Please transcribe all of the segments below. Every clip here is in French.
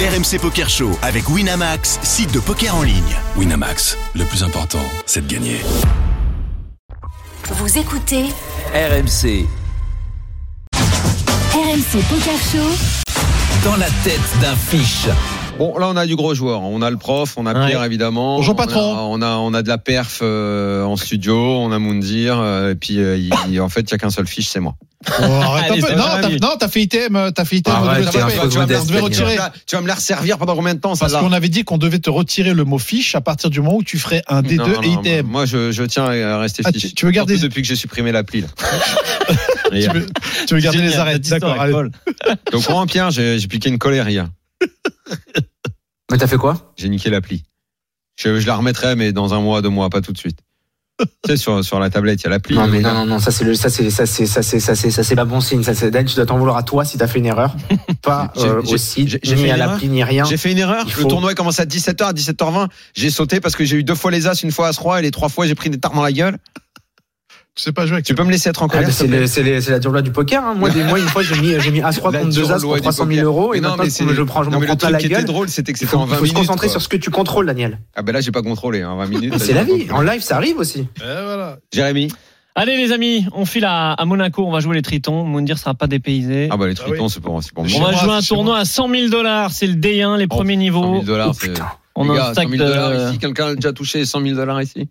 RMC Poker Show avec Winamax, site de poker en ligne. Winamax, le plus important, c'est de gagner. Vous écoutez RMC, RMC Poker Show. dans la tête d'un fiche. Bon, là, on a du gros joueur. On a le prof, on a Ouais. Pierre, évidemment. Bonjour, On patron. a- On a, on a de la perf euh, en studio, on a Moundir. euh, et puis, euh, il- il- en fait, il n'y a qu'un seul fiche, c'est moi. Oh, arrête un Allez, peu. c'est Non, vrai, t'as- oui. non, t'as fait ITM, euh, t'as fait ITM au Ah ouais, WTP. t'es un faux Tu vas- modeste, Je vais Tu vas, retirer. me la- tu vas me la resservir pendant combien de temps, ça Parce qu'on avait dit qu'on devait te retirer le mot fiche à partir du moment où tu ferais un D2 et ITM. Moi, je, je tiens à rester Ah, fiche. tu- tu veux garder- Surtout depuis que j'ai supprimé l'appli, là. Tu Hier. veux, tu veux garder Génial, les arrêts. cette histoire D'accord. avec allez. Paul. Donc, moi, Pierre, j'ai j'ai piqué une colère hier. Mais t'as fait quoi J'ai niqué l'appli. Je, je la remettrai, mais dans un mois, deux mois, pas tout de suite. tu sais, sur, sur la tablette, il y a l'appli. Non le mais gars. non non non ça c'est le ça c'est ça c'est ça c'est ça c'est ça c'est pas bon signe ça c'est Dan tu dois t'en vouloir à toi si t'as fait une erreur pas J'ai- euh, j'ai- au site j'ai- j'ai fait ni une à erreur l'appli ni rien J'ai fait une erreur. Il Le faut- tournoi commence à 17h, à 17h20. J'ai sauté parce que j'ai eu deux fois les As, une fois As-Roi, et les trois fois j'ai pris des tartes dans la gueule. Tu sais pas jouer avec Tu peux me laisser être en Ah, colère bah, s'il c'est te plaît le- c'est les- c'est la dure loi du poker hein. moi des moi une fois j'ai mis j'ai mis as 3 La contre dure 2 as loi pour du 300 000 poker. euros Mais et non, maintenant mais je je prends je non, me mais prends le pas truc la qui était gueule drôle, c'était que il c'était en faut, 20 faut se minutes. concentrer quoi. sur ce que tu contrôles Daniel Ah ben là, j'ai pas contrôlé. Hein, 20 minutes. c'est la vie en live ça arrive aussi Ah, voilà. Jérémy Allez les amis, on file à, à Monaco, on va jouer les Tritons. Moundir sera pas dépaysé. Ah bah les Ah oui. tritons, c'est pour, c'est pour Chez on moi. va moi, jouer un c'est chez tournoi à 100 000 dollars, c'est le D1, les premiers 100 niveaux. 000 dollars, Bah, c'est. Oh, putain oh, On Les a gars, 100 un stack 000 dollars de. ici. Quelqu'un a déjà touché 100 000 dollars ici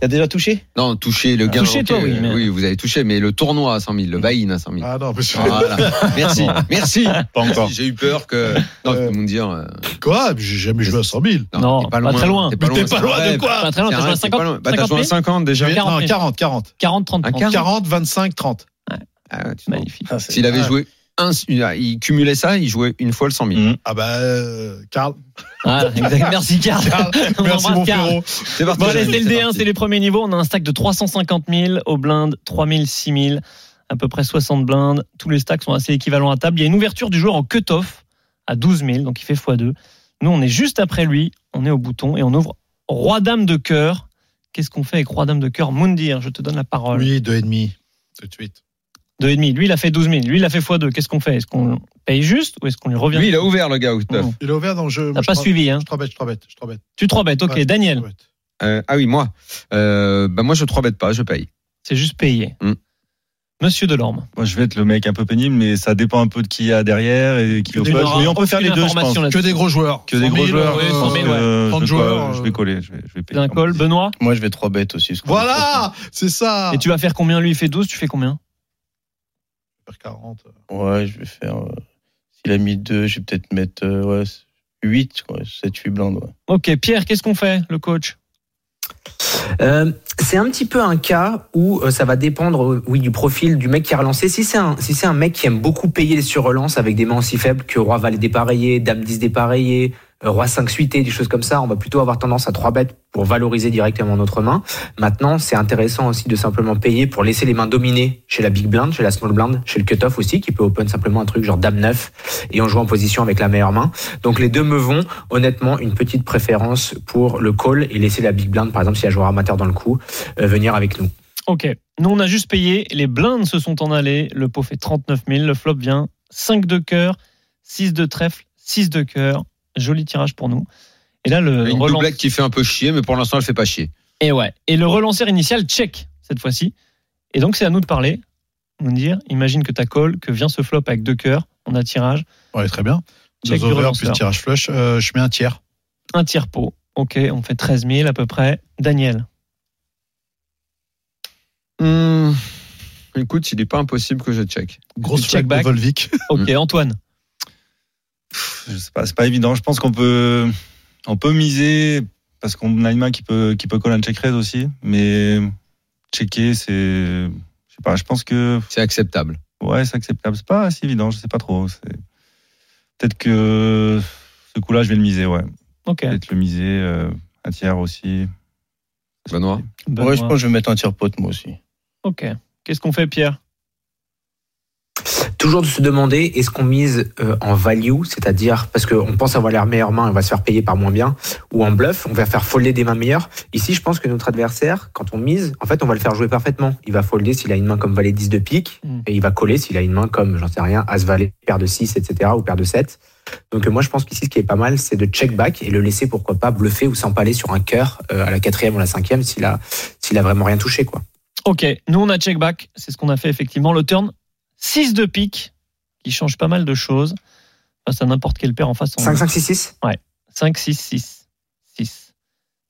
T'as déjà touché Non, touché le gain. Touché, ok, toi, oui, mais- Oui, vous avez touché, mais le tournoi à 100 000, le buy-in à 100 000. Ah non, mais je- Voilà. Merci, merci. pas encore. J'ai eu peur que. Non, Euh, tout le monde dire. euh, Quoi J'ai jamais joué à 100 000. Non, t'es pas très loin. Mais t'es pas c'est loin un de rêve. quoi Pas très loin, Ah, C'est un t'as joué à rêve, c'est pas 50 loin. Bah, t'as 50 joué à 000 50 déjà. J'ai- 40 Non, 000. 40, 40. 40, 30, Un 30. 40, 25, 30. Ah, tu vois. Magnifique. S'il avait joué un, une- il cumulait ça, il jouait une fois le 100 000. Ah. Mm. Ah bah, euh, Karl. Voilà, Ah, exact. Merci Karl. Oh, On Merci embrasse mon Karl. frérot. C'est parti. Bon, allez, Jérémy, c'est le D1, parti. c'est les premiers niveaux. On a un stack de 350 000 aux blindes, 3 000, 6 000, à peu près 60 blindes. Tous les stacks sont assez équivalents à table. Il y a une ouverture du joueur en cut-off à 12 000, donc il fait x2. Nous, on est juste après lui, on est au bouton et on ouvre Roi-Dame de cœur. Qu'est-ce qu'on fait avec Roi-Dame de cœur Moundir, je te donne la parole. Oui, 2,5. Tout de suite. Deux et demi. Lui, il a fait 12 000. Lui, il a fait x2. Qu'est-ce qu'on fait Est-ce qu'on paye juste ou est-ce qu'on lui revient Lui, il a ouvert le gars. au teuf. Non. Il est ouvert, donc je. T'as je pas tra- suivi, hein Je t'embête, je t'embête, je t'embête. Tu 3 bêtes, ok. Ouais, je Daniel, t'embête. Euh, ah oui, moi. Euh, bah moi, je 3 bête pas, je paye. c'est juste payé. Hmm. Monsieur Delorme. Moi, je vais être le mec un peu pénible, mais ça dépend un peu de qui il y a derrière et qui Que au des poste. gros- Mais on peut faire les Aucune deux, je pense. information Que là-dessus. des gros joueurs. Que des 100 gros 000, joueurs. ouais, euh, 100 000, ouais. Euh, je, 30 vais joueurs, pas- je euh. vais coller, je vais, je vais payer. D'un call, Benoît Moi, je vais 3 bêtes aussi. Voilà, c'est ça. Et tu vas faire combien lui il fait 12, tu fais combien Faire 40. Ouais, je vais faire. euh, S'il a mis 2, je vais peut-être mettre euh, 8, 7, 8 blindes. Ok, Pierre, qu'est-ce qu'on fait, le coach Euh, c'est un petit peu un cas où euh, ça va dépendre euh, oui du profil du mec qui a relancé. Si c'est un si c'est un mec qui aime beaucoup payer les surrelances avec des mains aussi faibles que roi valet dépareillé, dame 10 dépareillé, euh, roi 5 suité, des choses comme ça, on va plutôt avoir tendance à 3 bêtes pour valoriser directement notre main. Maintenant, c'est intéressant aussi de simplement payer pour laisser les mains dominer chez la big blind, chez la small blind, chez le cutoff aussi qui peut open simplement un truc genre dame 9 et on joue en position avec la meilleure main. Donc les deux me vont honnêtement une petite préférence pour le call et laisser la big blind, par exemple, si y a un joueur amateur dans le coup, euh, venir avec nous. Ok, nous on a juste payé, les blindes se sont en allées, le pot fait 39 000, le flop vient 5 de cœur, 6 de trèfle, 6 de cœur, joli tirage pour nous. Et là le Une relan- doublette qui fait un peu chier, mais pour l'instant, elle fait pas chier. Et ouais, et le relanceur initial check cette fois-ci. Et donc c'est à nous de parler, on va dire, imagine que ta call, que vient ce flop avec deux cœurs, on a tirage, Ouais, très bien. Check Deux du over relanceur. plus tirage flush. Euh, je mets un tiers. un tiers pot. Ok, on fait 13 000 à peu près. Daniel, Hum, Écoute, il est pas impossible que je check. Grosse Check check back. de Volvic. ok, Antoine, Je sais pas, c'est pas évident. Je pense qu'on peut, on peut miser parce qu'on a une main qui peut, qui peut coller un check raise aussi, mais checker, c'est, je sais pas. Je pense que, C'est acceptable. ouais, c'est acceptable. C'est pas si évident. Je sais pas trop. C'est- Peut-être que ce coup-là, je vais le miser, ouais. ok. Peut-être le miser euh, un tiers aussi. Benoît Benoît. que je vais mettre un tiers pote moi aussi. Ok, qu'est-ce qu'on fait Pierre Toujours de se demander, est-ce qu'on mise euh, en value, c'est-à-dire parce qu'on pense avoir la meilleure main, on va se faire payer par moins bien, ou en bluff, on va faire folder des mains meilleures. Ici, je pense que notre adversaire, quand on mise, en fait, on va le faire jouer parfaitement. Il va folder s'il a une main comme valet 10 de pique, Mm. et il va coller s'il a une main comme, j'en sais rien, as valet, paire de 6, etc., ou paire de 7. Donc euh, moi je pense qu'ici ce qui est pas mal c'est de check back et le laisser pourquoi pas bluffer ou s'empaler sur un cœur euh, à la quatrième ou la cinquième s'il a s'il a vraiment rien touché quoi. Ok, nous on a check back, c'est ce qu'on a fait effectivement. Le turn 6 de pique, qui change pas mal de choses. Face à n'importe quelle paire en face. on- 5 5 6 6 5, 6, 6, 6.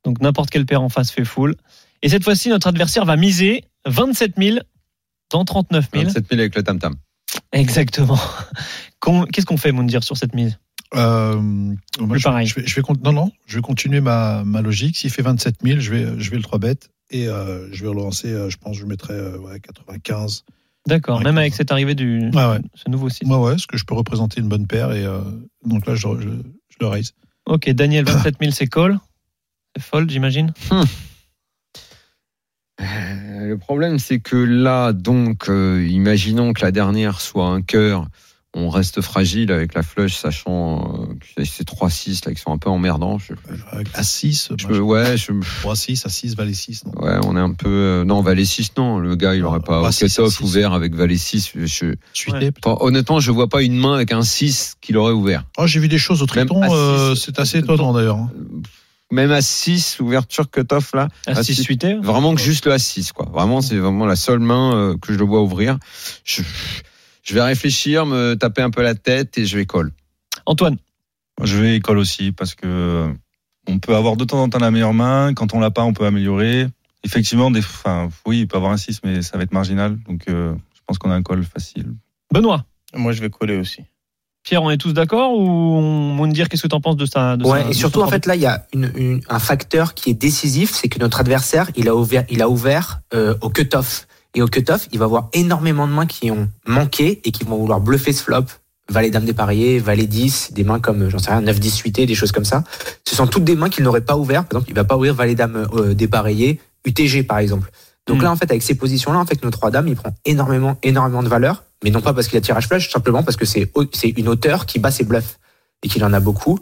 Donc n'importe quelle paire en face fait full. Et cette fois-ci, notre adversaire va miser 27 000 dans 39 000. 27 000 avec le tam-tam. Exactement. Qu'on- Qu'est-ce qu'on fait, Moundir, sur cette mise Euh, moi, Plus je, pareil. Je vais, je vais con- non, non, je vais continuer ma, ma logique. S'il fait 27 000, je vais, je vais le 3 bêtes et euh, je vais relancer. euh, je pense que je mettrai euh, ouais, 95. D'accord, Ouais, même comme avec ça. cette arrivée du Ouais, ouais. ce nouveau site. Ouais, ouais, parce que je peux représenter une bonne paire et euh, donc là, je, je, je le raise. Ok, Daniel, 27 000, c'est call. C'est fold, j'imagine. Euh, Le problème, c'est que là, donc, euh, imaginons que la dernière soit un cœur. On reste fragile avec la flush, sachant euh, que ces 3-6 là qui sont un peu emmerdants. Je, Avec à 6, je peux- ouais, je, 3 6, à 6, valet 6. Non. ouais, on est un peu. euh, non, Valet 6, non. Le gars, il aurait pas Ah, au si, si, cut-off si, si. ouvert avec Valet 6. Je, Suité, Ouais. peut-être. Enfin, honnêtement, je vois pas une main avec un 6 qu'il aurait ouvert. Oh, J'ai vu des choses au Même triton, à six, euh, c'est assez étonnant d'ailleurs. hein. Même à 6, ouverture cut-off là. À 6 si. suité. Vraiment que juste le A6, quoi. Vraiment, c'est vraiment la seule main euh, que je le vois ouvrir. Je, je vais réfléchir, me taper un peu la tête et je vais call. Antoine, Je vais école aussi parce que on peut avoir de temps en temps la meilleure main. Quand on l'a pas, on peut améliorer. Effectivement, des, enfin, oui, il peut avoir un 6, mais ça va être marginal. Donc, euh, je pense qu'on a un call facile. Benoît, Moi, je vais coller aussi. Pierre, on est tous d'accord ou on Moundir, qu'est-ce que t'en penses de ça de Ouais, sa- et de surtout son en fait là il y a une- une- un facteur qui est décisif, c'est que notre adversaire il a ouvert, il a ouvert euh, au cut-off et au cut-off il va avoir énormément de mains qui ont manqué et qui vont vouloir bluffer ce flop. Valet dame dépareillée, valet 10, des mains comme euh, j'en sais rien 9 10 suité, des choses comme ça. Ce sont toutes des mains qu'il n'aurait pas ouvert. Par exemple, il va pas ouvrir valet dame euh, dépareillée, UTG par exemple. Donc Hmm. là en fait avec ces positions là en fait nos trois dames il prend énormément énormément de valeur, mais non pas parce qu'il a tirage flush, simplement parce que c'est au- c'est une hauteur qui bat ses bluffs et qu'il en a beaucoup.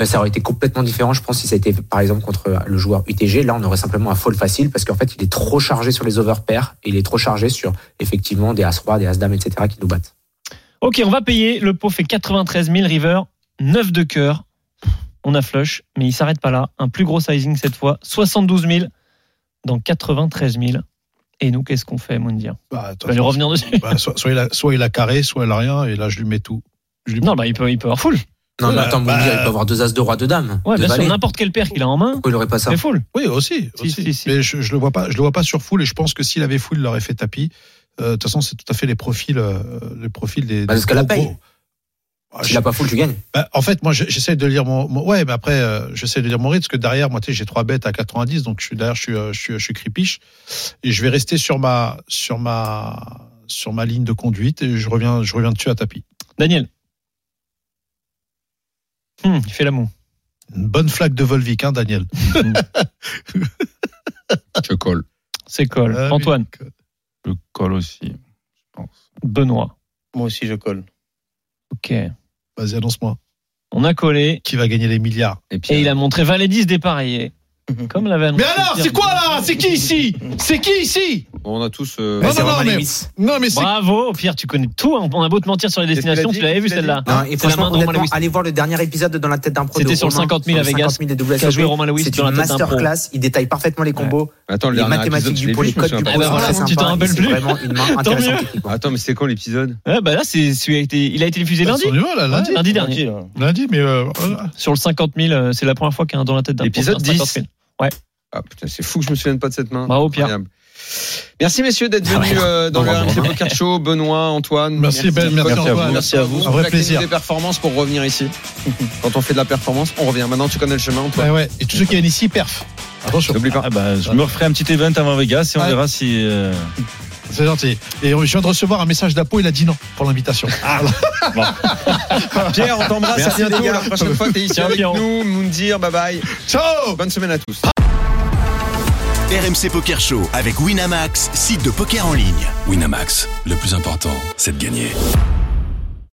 Euh, ça aurait été complètement différent, je pense, si ça a été par exemple contre le joueur UTG. Là, on aurait simplement un fall facile parce qu'en fait, il est trop chargé sur les overpairs et il est trop chargé sur effectivement des As-Roi, des As-Dame, etc. qui nous battent. Ok, on va payer. Le pot fait 93 000 river, 9 de cœur. On a flush, mais il s'arrête pas là. Un plus gros sizing cette fois, 72 000 dans 93 000. Et nous, qu'est-ce qu'on fait, Moundir Bah, de Tu toute vas lui façon, revenir dessus bah, soit, soit il a, soit il a carré, soit il a rien, et là, je lui mets tout. Je lui Non, bah, il peut, il peut avoir full. Non, Ouais, mais attends, bah, Moundir, il peut avoir deux As de Roi, deux Dames. Ouais, deux bien sûr, valets. n'importe quelle paire qu'il a en main, Pourquoi il aurait pas ça c'est full. Oui, aussi. Si, aussi. si, si. Mais je, je le vois pas, je le vois pas sur full et je pense que s'il avait full, il l'aurait fait tapis. Euh, De toute façon, c'est tout à fait les profils, euh, les profils des. Bah, des parce qu'elle la gros, paye. gros. Ah, S'il je- n'a pas full, tu gagnes. bah, en fait, moi, je- j'essaie de lire mon, mon- ouais, mais après, euh, j'essaie de lire mon rythme parce que derrière, moi, tu sais, j'ai trois bêtes à 90, donc je suis derrière, je suis, euh, je suis, je suis creepish et je vais rester sur ma, sur ma, sur ma ligne de conduite et je reviens, je reviens dessus à tapis. Daniel. Hmm, il fait l'amour. Une bonne flaque de Volvic, hein, Daniel. Je call. C'est call. Ah, oui. Antoine, Le call aussi, je pense. Benoît. Moi aussi, je colle. Ok. Vas-y, annonce-moi. On a collé. Qui va gagner les milliards? Et puis, Et il a montré valet 10 dépareillé. Comme l'avait annoncé. Mais alors, c'est quoi là? C'est qui ici? C'est qui ici? on a tous. euh, Non, C'est non, non, vraiment les mais, miss. non, mais c'est Bravo, Pierre, tu connais tout. hein. On a beau te mentir sur les Qu'est-ce qu'il a destinations, dit tu l'avais vu Qu'est-ce qu'il a celle-là. Non, et C'est la main franchement, de Romain honnêtement, Lewis. allez voir le dernier épisode de Dans la tête d'un pro. de C'était sur le Romain, 50 000 à sur le Vegas, 50 000 des WSOP. qu'a joué Romain Lewis C'est dans une la tête d'un pro. masterclass. Il détaille parfaitement les combos, Attends, le les dernier mathématiques épisode, je du l'ai pro, vu, les je me codes du souviens Ah pro. bah sont voilà, très tu t'en sympas et rappelles C'est plus. vraiment une main Tant intéressante. mieux. pas. Attends, mais c'est quand l'épisode Ouais, bah là, c'est celui a été, il a été diffusé lundi. Son niveau, là, lundi. Ouais, lundi dernier. Tranquille, hein. Lundi, mais euh, voilà. Sur le 50 000, euh, c'est la première fois qu'un dans la tête d'un Épisode pro fait un 50 000. Ah putain, c'est fou que je me souvienne pas de cette main. Bravo, Pierre. Incroyable. Merci messieurs d'être Ah ouais. venus euh, dans le Bravo. RMC Poker Show. Benoît, Antoine. Merci, Ben, merci, Merci à Antoine. vous. Merci à vous. Un vrai Plaquez-nous plaisir. Des performances pour revenir ici. Quand on fait de la performance, on revient. Maintenant, tu connais le chemin, Antoine. Ouais, ouais. Et tous ceux qui viennent ici, perf. Attention. N'oublie pas. Ah bah, je me referai un petit event avant Vegas et on Ah. verra si. euh, C'est gentil. Et je viens de recevoir un message d'Apo, il a dit non pour l'invitation. Pierre, on t'embrasse. À Merci, bientôt. les gars. La prochaine fois, t'es ici Ciao, avec Pierrot. nous. Moundir, bye bye. Ciao Bonne semaine à tous. RMC Poker Show avec Winamax, site de poker en ligne. Winamax, le plus important, c'est de gagner.